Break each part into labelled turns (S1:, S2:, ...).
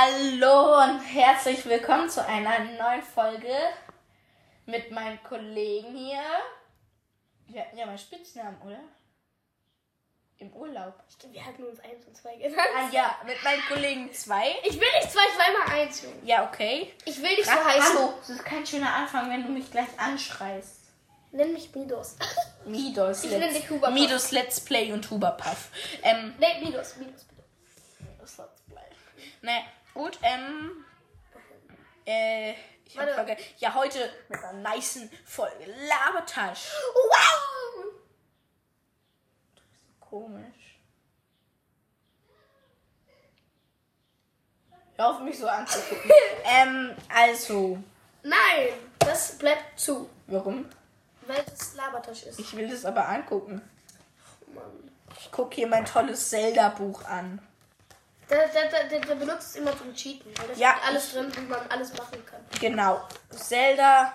S1: Hallo und herzlich willkommen zu einer neuen Folge mit meinem Kollegen hier. Wir hatten ja mal Spitznamen, oder? Im Urlaub.
S2: Stimmt, wir hatten uns eins und zwei genannt.
S1: Ah ja, mit meinem Kollegen 2.
S2: Ich will nicht zwei, zweimal eins, Junge.
S1: Ja, okay.
S2: Ich will nicht so heißen.
S1: Hallo, das ist kein schöner Anfang, wenn du mich gleich anschreist.
S2: Nenn mich Midos.
S1: Midos,
S2: Ich nenne dich Huberpuff.
S1: Midos Let's Play und Huberpuff. Ähm,
S2: nee, Midos, Midos, bitte. Midos, sonst bleiben.
S1: Na ne, gut, ähm. Äh, ich hab
S2: Warte.
S1: Frage. Ja, heute mit einer nicen Folge Labertasch.
S2: Wow!
S1: Komisch. Hör auf mich so anzugucken. ähm, also.
S2: Nein, das bleibt zu.
S1: Warum?
S2: Weil das Labertasch ist.
S1: Ich will das aber angucken.
S2: Mann.
S1: Ich guck hier mein tolles Zelda-Buch an.
S2: Der, der, der, der, der benutzt es immer zum Cheaten. Weil da
S1: Ja,
S2: steht alles drin und man alles machen kann.
S1: Genau. Zelda.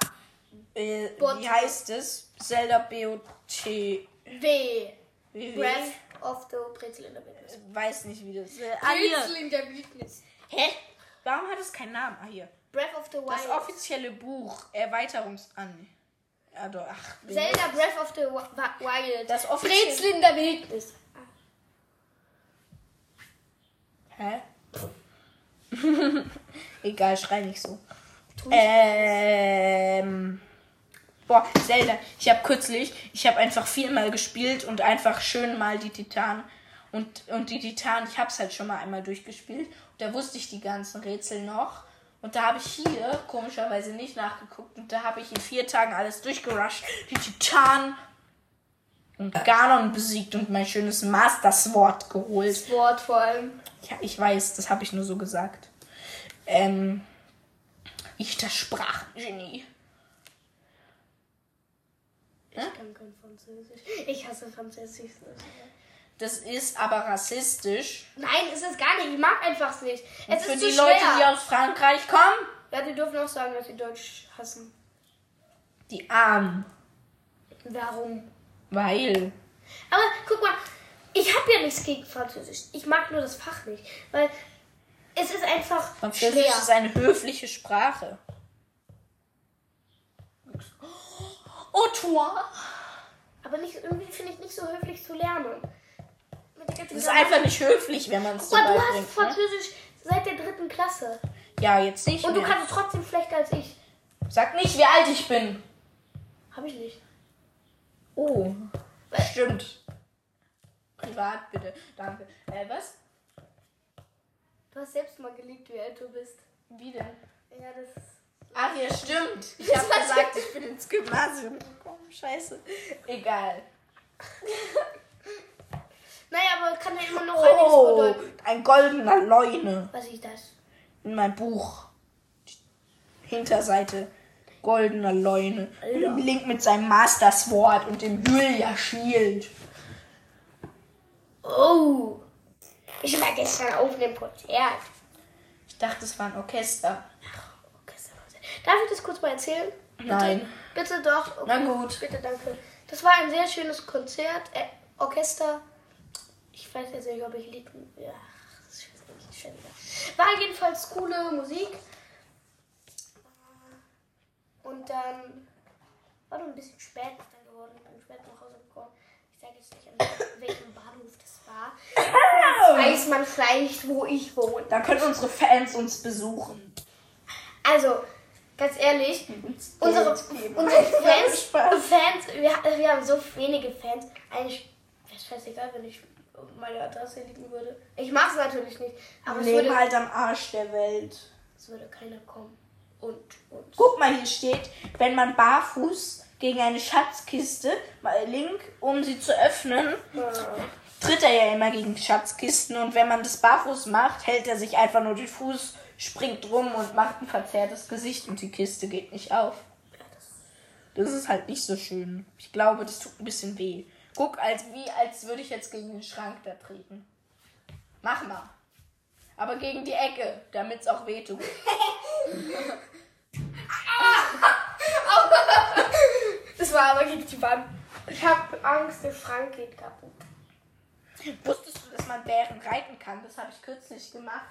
S1: Äh,
S2: Bot.
S1: wie heißt es? Zelda BOT.
S2: W.
S1: Ich
S2: Breath of the Brezel in der Wildnis.
S1: weiß nicht, wie das. Äh, ah, hier.
S2: Brezel in der Wildnis.
S1: Hä? Warum hat es keinen Namen? Ah, hier.
S2: Breath of the
S1: Das
S2: Wild.
S1: offizielle Buch Erweiterungs an. Ja, doch, ach, bin-
S2: Zelda Breath of the Wi- Wi- Wild.
S1: Das offizielle-
S2: Brezel in der Wildnis.
S1: Hä? Egal, schrei nicht so. Ähm. Boah, Zelda, ich habe kürzlich, ich habe einfach viermal gespielt und einfach schön mal die Titan und, und die Titan, ich hab's halt schon mal einmal durchgespielt. Und da wusste ich die ganzen Rätsel noch. Und da habe ich hier komischerweise nicht nachgeguckt und da habe ich in vier Tagen alles durchgerusht. Die Titan und Ganon besiegt und mein schönes Master Sword geholt.
S2: Das Wort vor allem.
S1: Ja, ich weiß, das habe ich nur so gesagt. Ähm, ich das Sprachgenie.
S2: Ich kann kein Französisch. Ich hasse Französisch.
S1: Das ist aber rassistisch.
S2: Nein, ist es gar nicht. Ich mag einfach's nicht. Es
S1: Für
S2: ist
S1: die
S2: zu
S1: Leute, die
S2: schwer.
S1: aus Frankreich kommen.
S2: ja, die dürfen auch sagen, dass sie Deutsch hassen.
S1: Die Armen.
S2: Warum?
S1: Weil.
S2: Aber guck mal, ich habe ja nichts gegen Französisch. Ich mag nur das Fach nicht, weil es ist einfach
S1: Französisch
S2: schwer.
S1: ist eine höfliche Sprache. Oh, toi.
S2: Aber nicht, irgendwie finde ich nicht so höflich zu lernen. Mit der ganzen
S1: Das ist
S2: Grammatik.
S1: einfach nicht höflich, wenn man es so
S2: Guck mal, du
S1: weit
S2: hast
S1: bringt. Ne?
S2: Französisch seit der dritten Klasse.
S1: Ja, jetzt nicht
S2: Und du
S1: mehr.
S2: kannst es trotzdem schlechter als ich.
S1: Sag nicht, wie alt ich bin.
S2: Habe ich nicht.
S1: Oh.
S2: Äh.
S1: Stimmt. Privat, bitte. Danke. Äh, was?
S2: Du hast selbst mal geliebt, wie alt du bist.
S1: Wie denn?
S2: Ja, das
S1: Ach ja, stimmt. Ich habe gesagt, ich bin ins Gymnasium gekommen. Scheiße. Egal.
S2: Naja, aber kann ja immer noch
S1: Oh,
S2: einiges bedeuten.
S1: ein goldener Leune
S2: Was ist das?
S1: in meinem Buch. Hinterseite. Goldener Leune. Und Link mit seinem Master Sword und dem Hylia Shield.
S2: Oh. Ich war gestern auf dem Konzert.
S1: Ich dachte, es war ein Orchester.
S2: Gestern Konzert. Darf ich das kurz mal erzählen?
S1: Nein.
S2: Bitte doch. Okay.
S1: Na gut.
S2: Bitte, danke. Das war ein sehr schönes Konzert. Äh, Orchester. Ich weiß jetzt nicht, ob ich Lied... Ja, das ist nicht schön. War jedenfalls coole Musik. Und dann war noch ein bisschen spät dann geworden. Ich bin spät nach Hause gekommen. Ich sage jetzt nicht, an welchem Bahnhof das war. Weiß man vielleicht, wo ich wohne.
S1: Dann können unsere Fans uns besuchen.
S2: Also, ganz ehrlich, unsere,
S1: geben.
S2: unsere Fans,
S1: Spaß.
S2: Fans wir, wir haben so wenige Fans. Eigentlich wäre es scheißegal, wenn ich meine Adresse liegen würde. Ich mache es natürlich nicht, aber es
S1: Leben
S2: würde,
S1: halt am Arsch der Welt.
S2: es würde keiner kommen. Und uns.
S1: Guck mal, hier steht, wenn man barfuß gegen eine Schatzkiste, mal Link, um sie zu öffnen, tritt er ja immer gegen Schatzkisten und wenn man das barfuß macht, hält er sich einfach nur den Fuß, springt rum und macht ein verzerrtes Gesicht und die Kiste geht nicht auf. Das ist halt nicht so schön. Ich glaube, das tut ein bisschen weh. Guck, als wie als würde ich jetzt gegen den Schrank da treten. Mach mal. Aber gegen die Ecke, damit's auch weh tut.
S2: Das war aber gegen die Wand. Ich habe Angst, der Schrank geht kaputt.
S1: Wusstest du, dass man Bären reiten kann? Das habe ich kürzlich gemacht.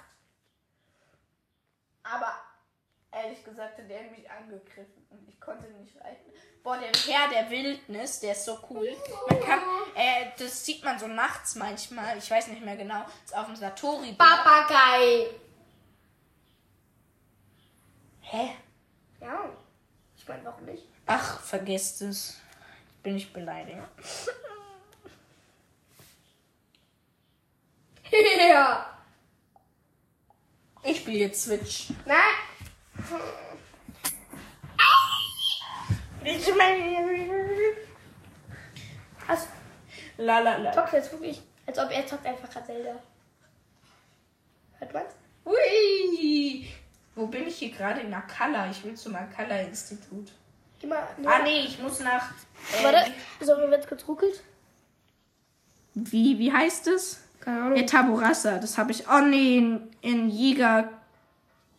S1: gesagt hat, der hat mich angegriffen und ich konnte nicht reiten. Boah, der Herr der Wildnis, der ist so cool. Man kann, äh, das sieht man so nachts manchmal, ich weiß nicht mehr genau, ist auf dem Satori.
S2: Papagei.
S1: Hä?
S2: Ja. Ich meine, warum nicht?
S1: Ach, vergesst es. Bin ich beleidigt.
S2: ja.
S1: Ich spiele jetzt Switch.
S2: Nein.
S1: Ich mein...
S2: Also,
S1: La la la.
S2: zockt jetzt wirklich. Als ob er zockt einfach gerade Zelda. Hört man's? Ui.
S1: Wo bin ich hier gerade? In Akala. Ich will zum Akala-Institut.
S2: Geh mal.
S1: Ah, nee, ich muss nach. äh,
S2: Warte. Sorry, wenn's kurz ruckelt.
S1: Wie, wie heißt es?
S2: Keine
S1: Ja, Taborassa. Das habe ich. Oh, nee, in, in Jäger.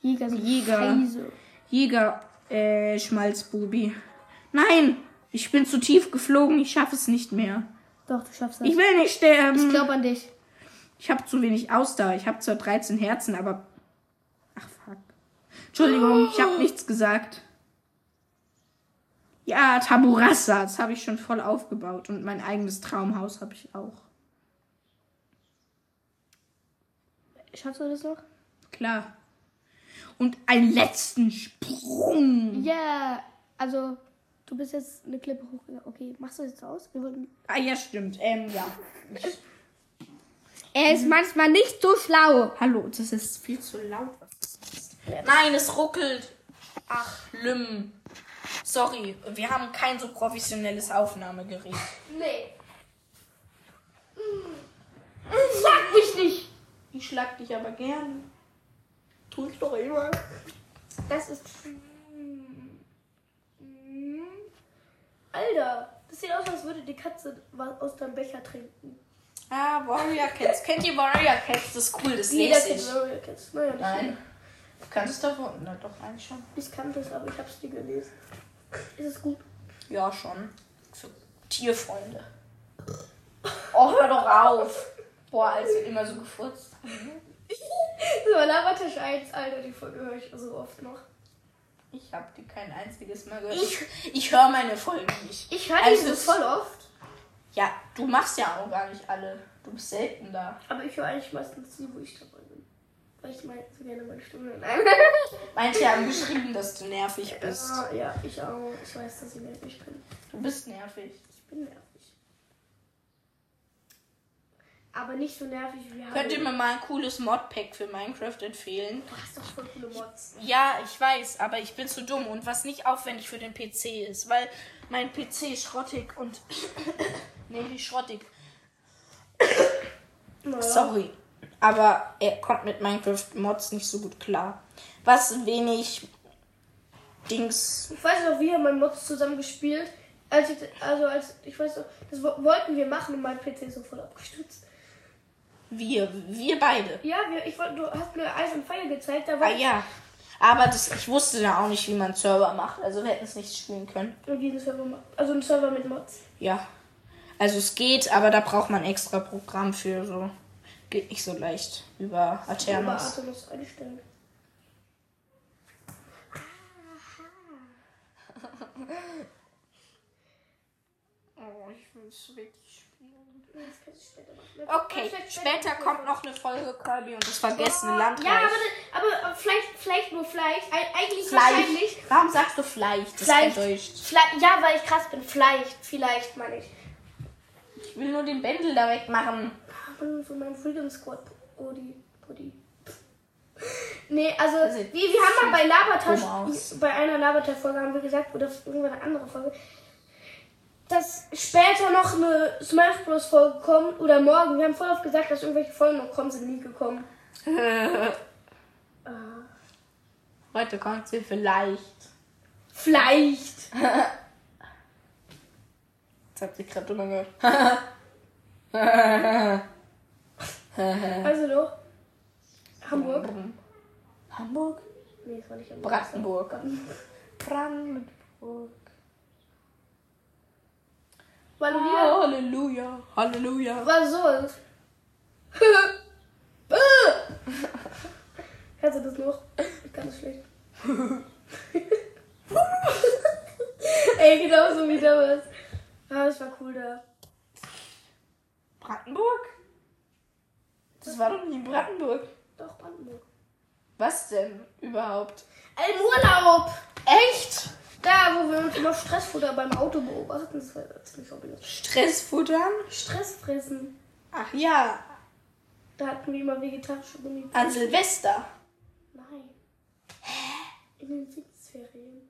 S2: Jäger.
S1: Jäger.
S2: Krise.
S1: Jäger. Äh, Schmalzbubi. Nein! Ich bin zu tief geflogen. Ich schaffe es nicht mehr.
S2: Doch, du schaffst das.
S1: Ich will nicht sterben.
S2: Ich glaub an dich.
S1: Ich habe zu wenig Ausdauer. Ich habe zwar 13 Herzen, aber. Ach, fuck. Entschuldigung, ich habe nichts gesagt. Ja, Taburassa, das habe ich schon voll aufgebaut. Und mein eigenes Traumhaus habe ich auch.
S2: Schaffst du das noch?
S1: Klar. Und einen letzten Sprung.
S2: Ja, also du bist jetzt eine Klippe hochgegangen. Okay, machst du das jetzt aus? Wir wollten.
S1: Ah, ja, stimmt. Ähm, ja. Ich,
S2: Er ist manchmal nicht so schlau.
S1: hallo, das ist viel zu laut. Nein, es ruckelt. Ach, Lümm. Sorry, wir haben kein so professionelles Aufnahmegerät.
S2: Nee. Mm. Sag mich nicht!
S1: Ich schlag dich aber gern. Tu ich doch immer.
S2: Das ist. Mm. Alter, das sieht aus, als würde die Katze was aus deinem Becher trinken.
S1: Ah, Warrior Cats. Kennt ihr Warrior Cats? Das ist cool, das
S2: Jeder
S1: lese
S2: kennt
S1: ich.
S2: Warrior Cats. Naja, nicht
S1: Nein. Du kannst davon. Na doch, eigentlich schon.
S2: jeder. Ich kannte es, aber ich hab's nie gelesen. Ist es gut?
S1: Ja, schon. Für Tierfreunde. Oh, hör doch auf. Boah, als wir immer so gefurzt haben.
S2: So, Labertisch 1, Alter, die Folge höre ich so oft noch.
S1: Ich hab die kein einziges Mal gehört. Ich, ich höre meine Folgen nicht.
S2: Ich höre
S1: Also
S2: die so
S1: es-
S2: voll oft.
S1: Ja, du machst ja auch gar nicht alle. Du bist selten da.
S2: Aber ich höre eigentlich meistens die, wo ich dabei bin. Weil ich meine, so gerne meine Stimme hören.
S1: Manche haben geschrieben, dass du nervig bist.
S2: Ah, ja, ich auch. Ich weiß, dass ich nervig bin.
S1: Du bist nervig.
S2: Ich bin nervig. Aber nicht so nervig wie Harry.
S1: Könnt ihr mir mal ein cooles Modpack für Minecraft empfehlen?
S2: Du hast doch voll coole Mods.
S1: Ja, ich weiß, aber ich bin zu dumm und was nicht aufwendig für den PC ist, weil mein PC ist schrottig und. nee, nicht schrottig.
S2: Naja.
S1: Sorry. Aber er kommt mit Minecraft-Mods nicht so gut klar. Was wenig. Dings.
S2: Ich weiß noch, wir haben mein Mods zusammen gespielt. Als ich, also als, ich weiß noch, das wo- wollten wir machen und mein PC ist so voll abgestürzt.
S1: Wir. Wir beide.
S2: Ja, wir, ich wollte, du hast mir Eis und Pfeil gezeigt, da
S1: Ah
S2: war
S1: ja. Aber das, ich wusste ja auch nicht, wie man Server macht. Also wir hätten es nicht spielen können.
S2: Und jeden Server macht. Also ein Server mit Mods.
S1: Ja. Also es geht, aber da braucht man extra Programm für so. Geht nicht so leicht über
S2: Aber
S1: Aternos.
S2: Atomos einstellen.
S1: Oh, ich will Switch spielen.
S2: Das kannst du später machen.
S1: Okay,
S2: Vielleicht
S1: später kommt noch eine Folge Kirby und das vergessene Landreich.
S2: Ja, aber, aber, aber vielleicht, vielleicht nur vielleicht. Eig- Eigentlich wahrscheinlich.
S1: Fleisch. Warum sagst du Fleisch? Das
S2: Fleisch.
S1: ist enttäuscht.
S2: Vielleicht, ja, weil ich krass bin. Vielleicht, vielleicht meine ich.
S1: Ich will nur den Bändel da wegmachen.
S2: Ich bin so mein Freedom Squad. Body. Body. Nee, also,
S1: Also,
S2: wir, wir haben mal bei
S1: dumm aus.
S2: Labertasch, bei einer Labertasch-Folge haben wir gesagt, oder irgendwann eine andere Folge, dass später noch eine Smash Bros. Folge kommt oder morgen. Wir haben voll oft gesagt, dass irgendwelche Folgen noch kommen, sind nie gekommen.
S1: Heute kommt sie vielleicht.
S2: Vielleicht.
S1: Jetzt habt ihr gerade dumm gehört. Äh.
S2: Also doch. Hamburg.
S1: Hamburg?
S2: Nee, das war nicht Hamburg.
S1: Brandenburg. Brandenburg.
S2: Weil du wieder
S1: Oh, Halleluja. Halleluja.
S2: Was soll's? Kannst du das noch? Ich kann das schlecht. Ey, genauso wie damals. Ja, das war cool da.
S1: Brandenburg? Das war doch nicht in Brandenburg.
S2: Doch, Brandenburg.
S1: Was denn überhaupt?
S2: Im Urlaub!
S1: Echt?
S2: Da, wo wir uns immer Stressfutter beim Auto beobachten. Das war ziemlich hobbylos.
S1: Stressfuttern?
S2: Stress fressen.
S1: Ach ja,
S2: Da hatten wir immer vegetarische Gummi.
S1: an Silvester.
S2: Nein. In den Pfingstferien.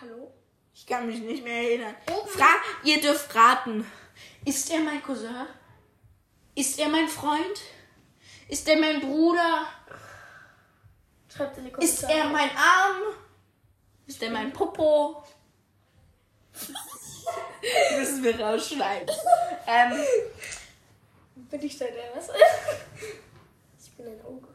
S2: Hallo?
S1: Ich kann mich nicht mehr erinnern. Fra ihr dürft raten. Ist er mein Cousin? Ist er mein Freund? Ist er mein Bruder?
S2: Schreibt in die Kommentare.
S1: Ist er mein Arm? Ist er mein Popo? Müssen wir rausschneiden. Ähm,
S2: Bin ich dein Ernst? ich bin dein Auge.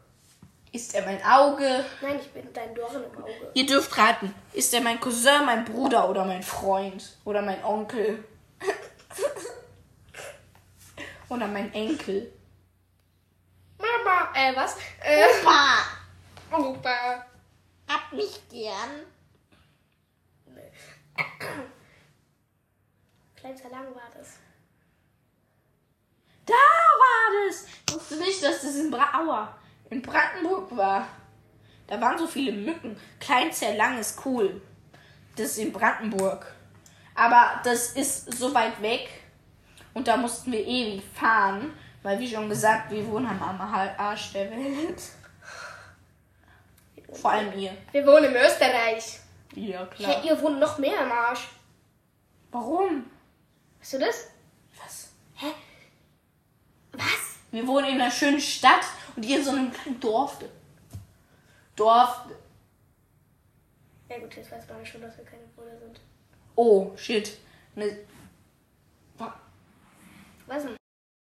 S1: ist er mein Auge?
S2: Nein, ich bin dein Dorn im Auge.
S1: Ihr dürft raten. Ist er mein Cousin, mein Bruder oder mein Freund? Oder mein Onkel? oder mein Enkel?
S2: Mama! Äh, was? Äh,
S1: Opa!
S2: Opa!
S1: Hab mich gern.
S2: Kleinster Lang war das.
S1: Da war das. Ich wusste nicht, dass das in Bra Aua, in Brandenburg war. Da waren so viele Mücken. Klein, sehr lang ist cool. Das ist in Brandenburg. Aber das ist so weit weg. Und da mussten wir ewig fahren. Weil, wie schon gesagt, wir wohnen am am Arsch der Welt. Vor allem ihr.
S2: Wir wohnen in Österreich.
S1: Ja,
S2: Ja. Ihr wohnt noch mehr im Arsch.
S1: Warum?
S2: Weißt du das?
S1: Was?
S2: Hä? Was?
S1: Wir wohnen in einer schönen Stadt und ihr in so einem kleinen Dorf. Dorf.
S2: Ja gut, jetzt weiß man schon, dass wir keine Brüder sind.
S1: Oh, shit. Eine
S2: Was denn?